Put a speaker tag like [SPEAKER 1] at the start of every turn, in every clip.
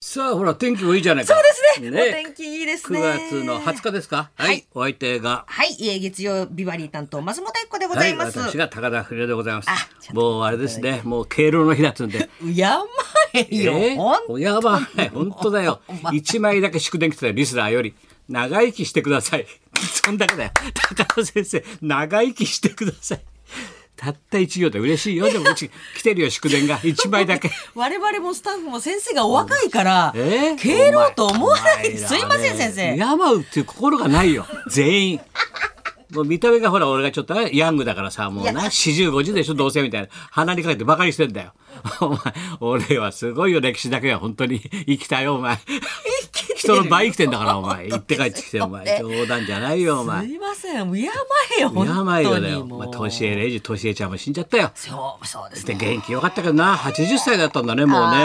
[SPEAKER 1] さあほら天気もいいじゃないか
[SPEAKER 2] そうですねお
[SPEAKER 1] ね
[SPEAKER 2] 天気いいですね
[SPEAKER 1] 9月の20日ですかはい、
[SPEAKER 2] はい
[SPEAKER 1] お相手が
[SPEAKER 2] はい、えー月曜ビバリー担当松本一子でござ
[SPEAKER 1] はいい
[SPEAKER 2] ます、
[SPEAKER 1] 私が高田不良でございます
[SPEAKER 2] あちゃんと
[SPEAKER 1] もうあれですねもう敬老の日だっつうんで
[SPEAKER 2] やまえよ、
[SPEAKER 1] えー
[SPEAKER 2] ほんと
[SPEAKER 1] やばい本当だ よ一枚だけ祝電来てたよリスナーより長生きしてください そんだけだよ高田先生長生きしてくださいたった一行で嬉しいよでもうち来てるよ祝電が一枚だけ
[SPEAKER 2] 我々もスタッフも先生がお若いから、
[SPEAKER 1] えー
[SPEAKER 2] 敬老と思わない
[SPEAKER 1] お前
[SPEAKER 2] すいません先生
[SPEAKER 1] 敬うっていう心がないよ全員もう見た目がほら俺がちょっとねヤングだからさもうな4050でしょどうせみたいな鼻にかけてバカにしてんだよお前俺はすごいよ歴史だけは本当に生きたよお前人の倍生きてんだからお前行って帰ってきてお前冗談じゃないよお前
[SPEAKER 2] すいませんもうやまえよ本当に
[SPEAKER 1] 病よだよ
[SPEAKER 2] もう、
[SPEAKER 1] まあ、年江レイジ年江ちゃんも死んじゃったよ
[SPEAKER 2] そうそうです
[SPEAKER 1] で
[SPEAKER 2] ね
[SPEAKER 1] 元気よかったけどな80歳だったんだねもう
[SPEAKER 2] あ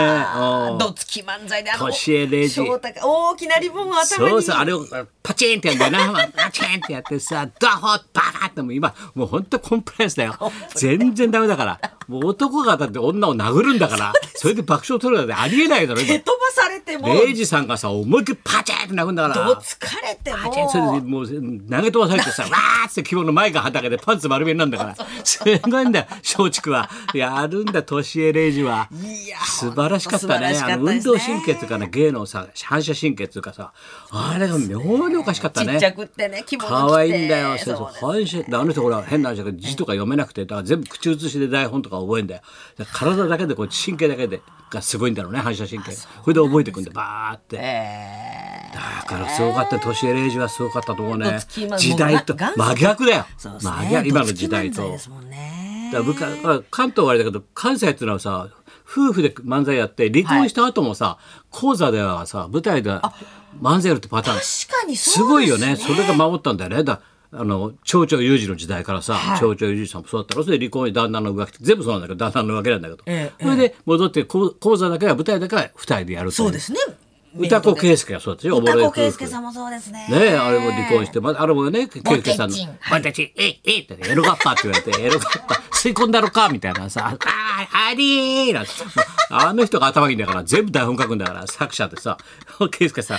[SPEAKER 1] ねう
[SPEAKER 2] ー
[SPEAKER 1] ん
[SPEAKER 2] どつき漫才であの
[SPEAKER 1] 年江礼二
[SPEAKER 2] 翔太が大きなリボンを頭に
[SPEAKER 1] そうそうあれをパチンってやるんだよ なパチンってやってさドホッバカってもう今もう本当コンプライアンスだよ全然ダメだからもう男がだって女を殴るんだからそれで爆笑取るなんてありえないだろ
[SPEAKER 2] 蹴
[SPEAKER 1] 今
[SPEAKER 2] 飛ばされても
[SPEAKER 1] レイジさんがさ思いっきりパチンって殴るんだか
[SPEAKER 2] ど
[SPEAKER 1] ら
[SPEAKER 2] つかれても
[SPEAKER 1] パチンそれでもう投げ飛ばされてさわーっつって着物前がはだけでパンツ丸見えになるんだ からすごいんだよ松竹はやるんだ年江レイジはい
[SPEAKER 2] や
[SPEAKER 1] 素晴らしかったね
[SPEAKER 2] 素晴らしか
[SPEAKER 1] あ
[SPEAKER 2] った
[SPEAKER 1] の
[SPEAKER 2] で
[SPEAKER 1] 運
[SPEAKER 2] す
[SPEAKER 1] 動
[SPEAKER 2] ね
[SPEAKER 1] 神経というかね芸のさ反射神経というかさあれが妙におかしかった
[SPEAKER 2] ちっ
[SPEAKER 1] ね
[SPEAKER 2] ちゃくってね着物着て
[SPEAKER 1] 可愛いんだよそうそう
[SPEAKER 2] です
[SPEAKER 1] 反射であの人ほら変な話だけど字とか読めなくてだから全部口移しで台本とか覚えんだよだから体だけでこう神経だけでがすごいんだろうね反射神経それで覚えてくんでバーって
[SPEAKER 2] えー
[SPEAKER 1] だからすごかった年江礼二はすごかったと思う
[SPEAKER 2] ど
[SPEAKER 1] ね
[SPEAKER 2] つきま
[SPEAKER 1] 時代と
[SPEAKER 2] もう元祖
[SPEAKER 1] 真逆だよ
[SPEAKER 2] そうですね
[SPEAKER 1] 真逆今の時代
[SPEAKER 2] どつき漫才
[SPEAKER 1] と
[SPEAKER 2] で。すもんね
[SPEAKER 1] だから部下関東はあれだけど関西っていうのはさ夫婦で漫才やって離婚した後もさ、講座ではさ舞台では漫才やるってパターン
[SPEAKER 2] 確かに
[SPEAKER 1] す
[SPEAKER 2] そ
[SPEAKER 1] ご
[SPEAKER 2] う
[SPEAKER 1] い
[SPEAKER 2] です
[SPEAKER 1] よ
[SPEAKER 2] ね
[SPEAKER 1] ねそれが守ったんだよねだあの町長裕二の時代からさ、
[SPEAKER 2] い
[SPEAKER 1] 町長裕二さんもそうだったろそれで離婚に旦那の浮気って全部そうなんだけど旦那の浮気なんだけど、
[SPEAKER 2] ええ
[SPEAKER 1] それで戻ってこう講座だけは舞台だけは二人でやるとい
[SPEAKER 2] そうですね
[SPEAKER 1] 歌子
[SPEAKER 2] メイ
[SPEAKER 1] 圭
[SPEAKER 2] ドで
[SPEAKER 1] 介がそうだったよおも
[SPEAKER 2] 歌
[SPEAKER 1] ろい
[SPEAKER 2] 子
[SPEAKER 1] 夫婦
[SPEAKER 2] 圭介さんもそうですね
[SPEAKER 1] ねえ、あれも離婚して、まあ、あれもね、ケイケさんの
[SPEAKER 2] ボテチン、
[SPEAKER 1] ボテチン、えい、えいって、エロガッパーって言われて、エ ロガッパー、吸い込んだろかみたいなさ、ああ、ありーなんてあの人が頭いいんだから、全部台本書くんだから、作者でさ、ケイスケ さん、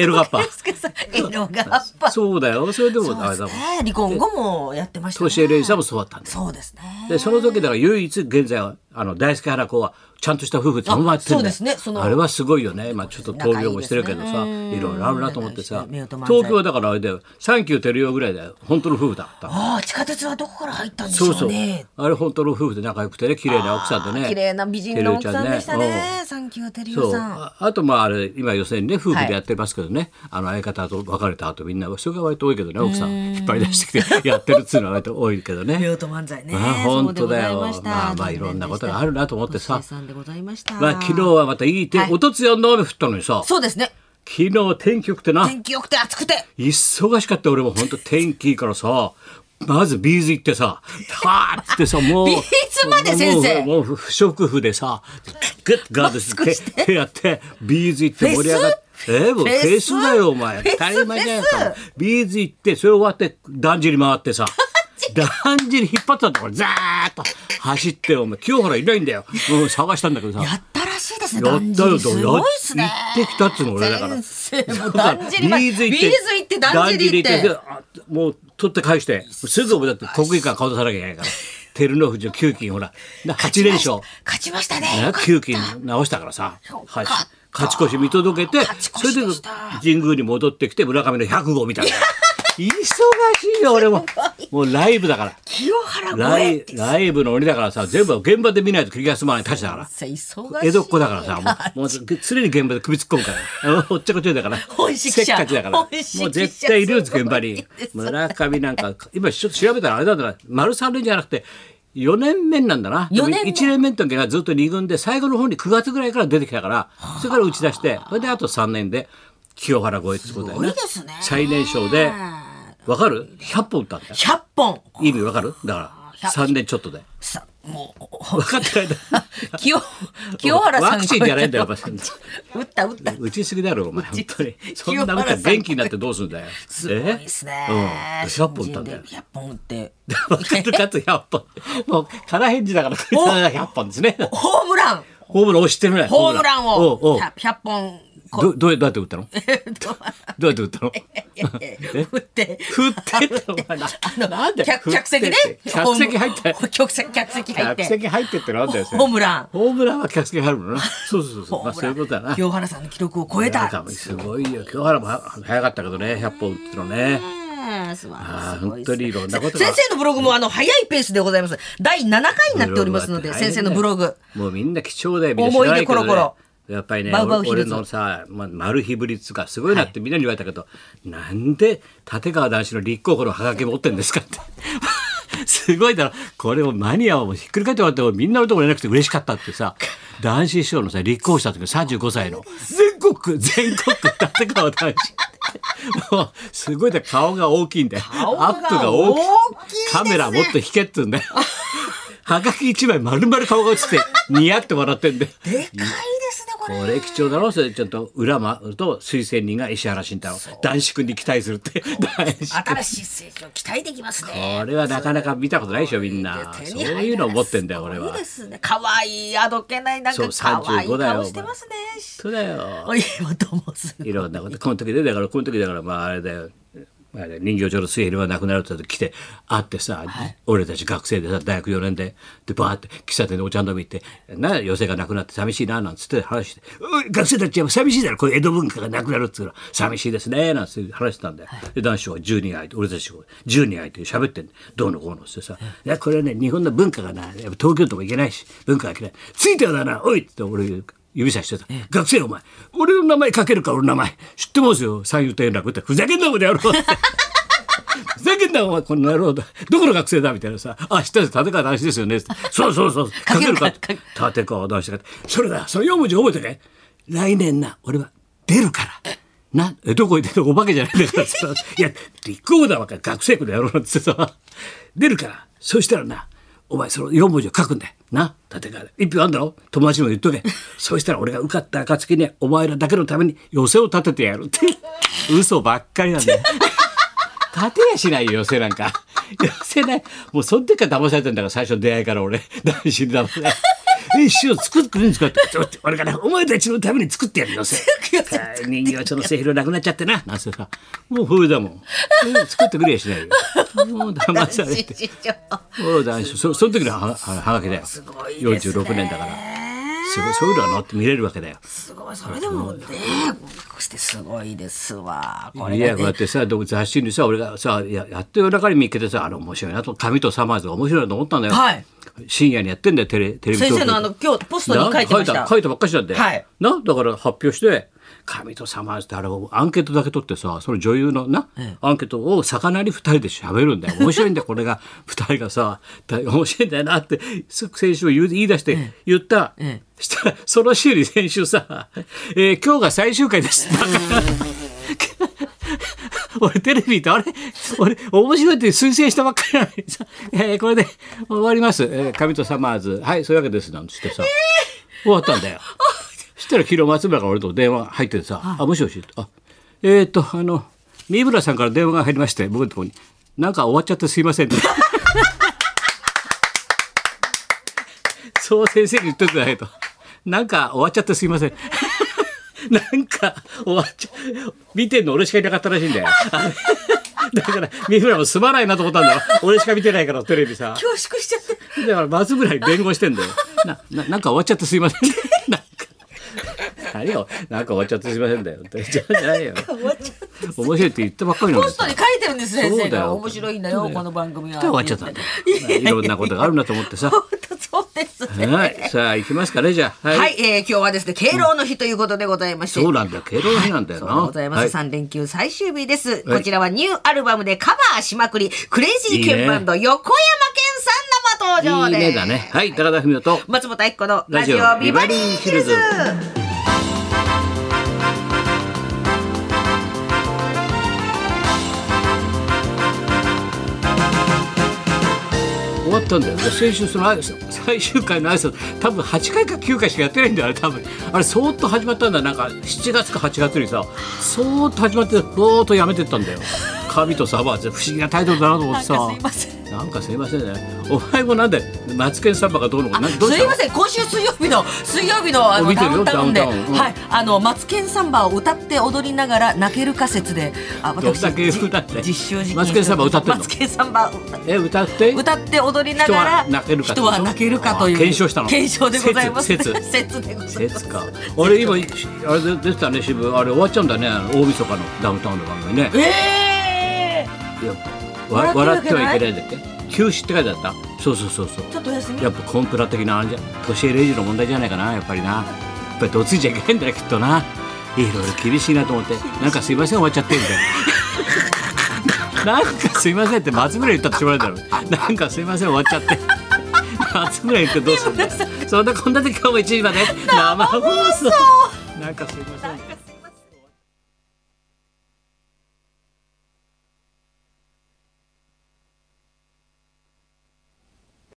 [SPEAKER 1] エロガッパ
[SPEAKER 2] 圭
[SPEAKER 1] ー。
[SPEAKER 2] 介さ んエロがやっぱそう
[SPEAKER 1] そうだよ、それでも、あ
[SPEAKER 2] で
[SPEAKER 1] れ
[SPEAKER 2] す
[SPEAKER 1] だ
[SPEAKER 2] ね
[SPEAKER 1] もん。
[SPEAKER 2] 離婚後もやってましたね
[SPEAKER 1] トシエレイさんもそうだったんだよ。
[SPEAKER 2] そうですね
[SPEAKER 1] で、その時だから唯一現在は、あの、大好き花子は、ちゃんとした夫婦ってまんまやってるんだよ
[SPEAKER 2] あそうですねその
[SPEAKER 1] あれはすごいよね。まあちょっと闘病もしてるけどさ、
[SPEAKER 2] 仲いいですね
[SPEAKER 1] いろいろあるなと思ってさ、
[SPEAKER 2] うん
[SPEAKER 1] 東京はだからあれだよ、サンキュー照るよぐらいだよ、本当の夫婦だったの。
[SPEAKER 2] ああ地下鉄はどこから入ったんでしょ
[SPEAKER 1] そうそうう
[SPEAKER 2] ね。
[SPEAKER 1] あれ本当の夫婦で仲良くてね、綺麗な奥さんとね。
[SPEAKER 2] 綺麗な美人の奥さんでした
[SPEAKER 1] 照代ちゃん
[SPEAKER 2] ね。サンキューテリ
[SPEAKER 1] そ
[SPEAKER 2] オ
[SPEAKER 1] う
[SPEAKER 2] さん。
[SPEAKER 1] ああとまああれ今予選ね夫婦でやってますけどね、あの相方と別れた後みんなそれが割と多いけどね奥さん引っ張り出してきて やってるっつうのは割と多いけどね。
[SPEAKER 2] 夫婦と漫才ね。
[SPEAKER 1] あ本当だよ
[SPEAKER 2] そうでございした
[SPEAKER 1] まあまあいろんなことがあるなと思ってさ
[SPEAKER 2] 年下さんでございました。
[SPEAKER 1] まあ昨日はまたいい天、
[SPEAKER 2] はい
[SPEAKER 1] おとつやんの雨降ったのにさ、
[SPEAKER 2] そうですね。
[SPEAKER 1] 昨日天気良くてな、
[SPEAKER 2] 天気良くて暑くて。
[SPEAKER 1] 忙しかった俺も本当天気いいからさ、まずビーズ行ってさ、たーってさ、もう。
[SPEAKER 2] ビーズまで先生
[SPEAKER 1] もう、もう不織布でさ、グッガード
[SPEAKER 2] マスクし
[SPEAKER 1] してて、手やって、ビーズ行って盛り上がって。えー、もう
[SPEAKER 2] フ
[SPEAKER 1] フ
[SPEAKER 2] ェス
[SPEAKER 1] ェスだよお前
[SPEAKER 2] フェス
[SPEAKER 1] 当たり前じゃないかビーズ行ってそれ終わってだんじり回って さだんじり引っ張ってたんだからザーッと走ってお前清原いないんだよ、うん、探したんだけどさ
[SPEAKER 2] やったらしいですね。
[SPEAKER 1] や
[SPEAKER 2] だ
[SPEAKER 1] った
[SPEAKER 2] ん
[SPEAKER 1] よ
[SPEAKER 2] じりすごいっすね。
[SPEAKER 1] 行ってきたっつうの俺だから
[SPEAKER 2] 先生もうだんじりまで。
[SPEAKER 1] ビ
[SPEAKER 2] ビ
[SPEAKER 1] ー
[SPEAKER 2] ー
[SPEAKER 1] ズ
[SPEAKER 2] ズ
[SPEAKER 1] 行
[SPEAKER 2] 行
[SPEAKER 1] っ
[SPEAKER 2] っててだんじり行っ
[SPEAKER 1] だんじり
[SPEAKER 2] て。
[SPEAKER 1] 行ってあもう取って返してすぐだって国技館顔出さなきゃいけないから照ノ富士の給金ほらな8連勝
[SPEAKER 2] 勝ちましたね。
[SPEAKER 1] ね給金直したからさ
[SPEAKER 2] よか
[SPEAKER 1] は
[SPEAKER 2] っ
[SPEAKER 1] した勝ち越し見届けて
[SPEAKER 2] 勝ち
[SPEAKER 1] そ
[SPEAKER 2] 越
[SPEAKER 1] れ
[SPEAKER 2] し
[SPEAKER 1] で
[SPEAKER 2] でした
[SPEAKER 1] 神宮に戻ってきて村上の100号みたいな忙しいよ俺ももうライブだから
[SPEAKER 2] 清原超
[SPEAKER 1] ラ
[SPEAKER 2] えっ
[SPEAKER 1] イ
[SPEAKER 2] て。
[SPEAKER 1] ライブの鬼だからさ全部現場で見ないと気が済まないたちだから
[SPEAKER 2] 先生忙しい。
[SPEAKER 1] 江戸っ子だからさ、もう、もう常に現場で首突っ込むから、あのおっちゃこちょいだから、
[SPEAKER 2] 本識者
[SPEAKER 1] せっかちだから、も
[SPEAKER 2] 本識者
[SPEAKER 1] う絶対いるよ、現場
[SPEAKER 2] す
[SPEAKER 1] に
[SPEAKER 2] ごいです。
[SPEAKER 1] 村上なんか、今ちょっと調べたらあれなんだな、丸三年じゃなくて、4年目なんだな。
[SPEAKER 2] 四年目
[SPEAKER 1] 1年目の時はずっと2軍で、最後の方に9月ぐらいから出てきたから、それから打ち出して、それであと3年で、清原越えってことだよね。
[SPEAKER 2] すごいですね
[SPEAKER 1] 最年少で、わかる ?100 本打ったんだよ。
[SPEAKER 2] 100本。
[SPEAKER 1] 意味わかるだから、
[SPEAKER 2] 100
[SPEAKER 1] 3年ちょっとで。
[SPEAKER 2] さもう
[SPEAKER 1] 分かってないんだ。
[SPEAKER 2] 清清原さん
[SPEAKER 1] ワクチンじゃないんだよ、やっぱり。
[SPEAKER 2] 打った打った。
[SPEAKER 1] 打ちすぎだろお前
[SPEAKER 2] 打ち
[SPEAKER 1] 本当にそんな中元気になってどうすんだよす
[SPEAKER 2] すごいですね。
[SPEAKER 1] うん、100本打ったんだよ
[SPEAKER 2] 100本打って。
[SPEAKER 1] 分かるかと100本もう空返事だからこいつは100本ですね
[SPEAKER 2] ホームラン
[SPEAKER 1] ホームラン押してるね
[SPEAKER 2] ホームラン
[SPEAKER 1] お
[SPEAKER 2] を
[SPEAKER 1] うおう
[SPEAKER 2] 100本
[SPEAKER 1] どどうどうやって打った の
[SPEAKER 2] どう
[SPEAKER 1] どうやって打ったの
[SPEAKER 2] いやいや振って
[SPEAKER 1] 振ってってお前な
[SPEAKER 2] あの
[SPEAKER 1] なんで
[SPEAKER 2] 客客席ね
[SPEAKER 1] 振ってって客席入って
[SPEAKER 2] ホーム客席客席入って
[SPEAKER 1] 客席入ってってなんだよそれ
[SPEAKER 2] ホームラン
[SPEAKER 1] ホームランは客席入るのなそうそうそうそう、まあ、
[SPEAKER 2] ホ
[SPEAKER 1] そういう
[SPEAKER 2] ー
[SPEAKER 1] こ
[SPEAKER 2] ム
[SPEAKER 1] とだ
[SPEAKER 2] ラン
[SPEAKER 1] な
[SPEAKER 2] 清原さんの記録を超えた
[SPEAKER 1] すごいよ清原もは早かったけどね100本打ってのね
[SPEAKER 2] うん素晴ら
[SPEAKER 1] あ
[SPEAKER 2] しい
[SPEAKER 1] ー本当にいろんなことが
[SPEAKER 2] 先生のブログもあの早いペースでございます第7回になっておりますので
[SPEAKER 1] ブログは大変だよ
[SPEAKER 2] 先生のブログ
[SPEAKER 1] もうみんな貴重だよみんな知らないけど、ね、
[SPEAKER 2] 思い出コロコロ
[SPEAKER 1] やっぱりね
[SPEAKER 2] バウバウヒ
[SPEAKER 1] 俺
[SPEAKER 2] ルズ
[SPEAKER 1] のさ、まあ、マル秘ぶりっつうかすごいなってみんなに言われたけど、なんで立川談志の立候補のハガキ持ってんです かってすごいだろこれをマニアをひっくり返ってもらってみんなのところ連絡して嬉しかったって さ談志師匠のさ立候補した時の35歳の全国区全国区立川談志もうすごいだ顔が大きいんだよ
[SPEAKER 2] 顔が
[SPEAKER 1] アップが大きい
[SPEAKER 2] 大きいですね
[SPEAKER 1] カメラもっと引けっつうんだよはがき一枚丸々顔が映ってニヤって笑ってんで。
[SPEAKER 2] でかいですねこれ
[SPEAKER 1] これ貴重だろそれちょっと裏間と推薦人が石原慎太郎男子君に期待するって男子
[SPEAKER 2] 新しい成長期待できますね
[SPEAKER 1] これはなかなか見たことないでしょみんな
[SPEAKER 2] 手
[SPEAKER 1] そう
[SPEAKER 2] に入らない
[SPEAKER 1] いうのを持ってんだよ俺
[SPEAKER 2] すご
[SPEAKER 1] はい
[SPEAKER 2] ですね可愛いあどけないなん
[SPEAKER 1] そう
[SPEAKER 2] か可愛い
[SPEAKER 1] 35だよ
[SPEAKER 2] 顔してますね
[SPEAKER 1] そうだよ
[SPEAKER 2] おいもともすごい
[SPEAKER 1] いろんなことこの時でだからこの時だからまああれだよまあね人形町の水平はなくなるって来て会ってさ、俺たち学生でさ大学4年ででバーって喫茶店でお茶飲み行ってな寄席がなくなって寂しいななんつって話して「おい学生たちは寂しいだろこういう江戸文化がなくなるっつうのは寂しいですね」なんつって話してたんだよ、で男子は10人相手俺たちが10人相手で喋ってんだよどうのこうのっつってさ「いやこれはね日本の文化がなやっぱ東京ともいけないし文化が嫌いついてはだなおい!」って俺言う指差してた。学生お前、俺の名前書けるか俺の名前。知ってますよ、三遊亭円楽って。ふざけんなこの野郎って。ふざけんなお前、この野郎だ。どこの学生だみたいなさ。あ、知ってます、立川談志ですよね。ってそうそうそう。 書けるかって。立川談志だって。それだ、その4文字覚えてね。来年な、俺は出るから。な、え、どこへ出てお化けじゃないんだ からさ。いや、立候補だわか学生区の野郎なんてさ。出るから。そしたらな、お前その4文字を書くんだよ。な立川で。一票あんだろ友達にも言っ とけ。そしたら俺が受かった暁にはお前らだけのために寄せを立ててやる って。嘘ばっかりなんだよ。立てやしないよ寄せなん か。寄せない。もうその時から騙されてんだから最初の出会いから俺。男子に騙されて。え、師匠作ってくれるんですかって。ちょっと待って俺がな、お前たちのために作ってやる寄せ。人形町の性広なくなっちゃってな。なんせさ。もう冬だもん。うん作ってくれやしないよ。もう騙されて。
[SPEAKER 2] 師匠
[SPEAKER 1] そうだし、そその時のはははがきだよ。
[SPEAKER 2] ごい
[SPEAKER 1] 四
[SPEAKER 2] で
[SPEAKER 1] 十
[SPEAKER 2] す
[SPEAKER 1] 六年だから。すごい、そういうのはなって見れるわけだよ。
[SPEAKER 2] すごいそれでもねこうしてすごいですわこれ
[SPEAKER 1] い
[SPEAKER 2] が
[SPEAKER 1] や、こうや
[SPEAKER 2] ね
[SPEAKER 1] ってさ、でも雑誌にさ、俺がさ、ややっと夜中に見っけてさ、あれ面白いなと、紙とサマーズが面白いなと思ったんだよ。
[SPEAKER 2] はい
[SPEAKER 1] 深夜にやってんだよ、テレ、テレビ
[SPEAKER 2] 先生
[SPEAKER 1] 東京
[SPEAKER 2] の
[SPEAKER 1] で
[SPEAKER 2] あの今日ポストに書いてまし
[SPEAKER 1] な
[SPEAKER 2] た
[SPEAKER 1] 書いたばっかしなんで、
[SPEAKER 2] はい
[SPEAKER 1] なだから発表して神とサマーズってあれをアンケートだけ取ってさその女優のな、アンケートを魚に2人で喋るんだよ面白 いんだよこれが2人がさ大面白いんだよなってす先週言う言い出して言った、したらその週に先週さ「えー今日が最終回です」俺テレビってあれ俺面白いって推薦したばっかりなのにさ、えーこれで終わります、えー、神とサマーズはいそういうわけですなんつってさ、終わったんだよそしたら昨日松村から俺と電話入っててさ「あもしもし」あえー、っとあの三村さんから電話が入りまして僕のところに「なんか終わっちゃってすいません」ってそう先生に言っといてないと「なんか終わっちゃってすいません」なんか終わっちゃ見てんの俺しかいなかったらしいんだよだから三村もすまないなと思ったんだよ俺しか見てないからテレビさ
[SPEAKER 2] 恐縮しちゃって
[SPEAKER 1] だから松村に弁護してんだよ。 な、ななんか終わっちゃってすいません。 なんか。何よ、なんか終わっちゃってすいませんだよって。じゃあじゃないよ。
[SPEAKER 2] 終わっちゃった
[SPEAKER 1] 面白いって言ったばっかりなの
[SPEAKER 2] ポ
[SPEAKER 1] に
[SPEAKER 2] スト
[SPEAKER 1] さ
[SPEAKER 2] に書いてるんです先
[SPEAKER 1] そ
[SPEAKER 2] 生
[SPEAKER 1] うだ
[SPEAKER 2] が
[SPEAKER 1] よ
[SPEAKER 2] 面白いんだよこの番組は
[SPEAKER 1] 終わっちゃったんだよ。いろんなことがあるなと思ってさ。
[SPEAKER 2] 本当そうですね
[SPEAKER 1] はい、さあ行きますかね、じゃあ。は。
[SPEAKER 2] はいい、えー今日はですね敬老の日ということでございまして、
[SPEAKER 1] そうなんだよ、敬老の日なんだよ
[SPEAKER 2] そ
[SPEAKER 1] な。
[SPEAKER 2] うでございます、
[SPEAKER 1] はい
[SPEAKER 2] 三連休最終日です、こちらはニューアルバムでカバーしまくりクレイジーケンバンド横山健さん生登場
[SPEAKER 1] いい
[SPEAKER 2] で
[SPEAKER 1] ね
[SPEAKER 2] す
[SPEAKER 1] だね。はい、高田文夫と。
[SPEAKER 2] 松本明子の
[SPEAKER 1] ラ
[SPEAKER 2] ラ
[SPEAKER 1] ジ
[SPEAKER 2] ジ
[SPEAKER 1] オ
[SPEAKER 2] オビバリーヒルズ
[SPEAKER 1] ビバリ終わったんだよね先週その挨拶最終回の挨拶多分8回か9回しかやってないんだよあれ多分あれそーっと始まったんだなんか7月か8月にさそーっと始まってそーっとやめてったんだよ神とサバーズ不思議なタイトルだなと思ってさ
[SPEAKER 2] すいません
[SPEAKER 1] なんかすいませんね。お前もなんで、マツケンサンバがどうのか、なんどう
[SPEAKER 2] す
[SPEAKER 1] した
[SPEAKER 2] い
[SPEAKER 1] の
[SPEAKER 2] ません今週水曜日の水曜日のあ
[SPEAKER 1] お
[SPEAKER 2] の
[SPEAKER 1] 見て
[SPEAKER 2] ダ
[SPEAKER 1] る
[SPEAKER 2] ウ
[SPEAKER 1] よ
[SPEAKER 2] ンタウンで、
[SPEAKER 1] ダウンタウンうん
[SPEAKER 2] はいあのマツケンサンバを歌って踊りながら泣ける仮説で、あ
[SPEAKER 1] どんだけ歌って
[SPEAKER 2] じ実証実験して
[SPEAKER 1] マツケンサンバ歌ってんの
[SPEAKER 2] マツケンサンバ歌
[SPEAKER 1] え、歌って。
[SPEAKER 2] 歌って踊りながら
[SPEAKER 1] 人は泣けるか
[SPEAKER 2] 人は泣けるかという
[SPEAKER 1] あ検証したの
[SPEAKER 2] 検証でございます
[SPEAKER 1] 説説
[SPEAKER 2] でございます
[SPEAKER 1] 説か。あれ、今、あれで、出てたね、渋、あれ終わっちゃうんだね、あの大晦日のダウンタウンの番組ね。
[SPEAKER 2] え
[SPEAKER 1] いや、わ
[SPEAKER 2] 笑
[SPEAKER 1] 笑
[SPEAKER 2] っ
[SPEAKER 1] ってて
[SPEAKER 2] はいけない
[SPEAKER 1] はいけないんだっけ。休止って書いてあった。そうそうそうそう
[SPEAKER 2] ー、。ちょっとお休み
[SPEAKER 1] やっぱコンプラ的なあれじゃ年齢以上の問題じゃないかなやっぱりなやっぱりどついちゃいけないんだねきっとないろいろ厳しいなと思ってなんかすいません終わっちゃってみたい ななんかすいませんって松村言ったってしまうんだろなんかすいません終わっちゃって松村言ってどうするんだよそんなこんな時今日も1時まで生放送なんかすいません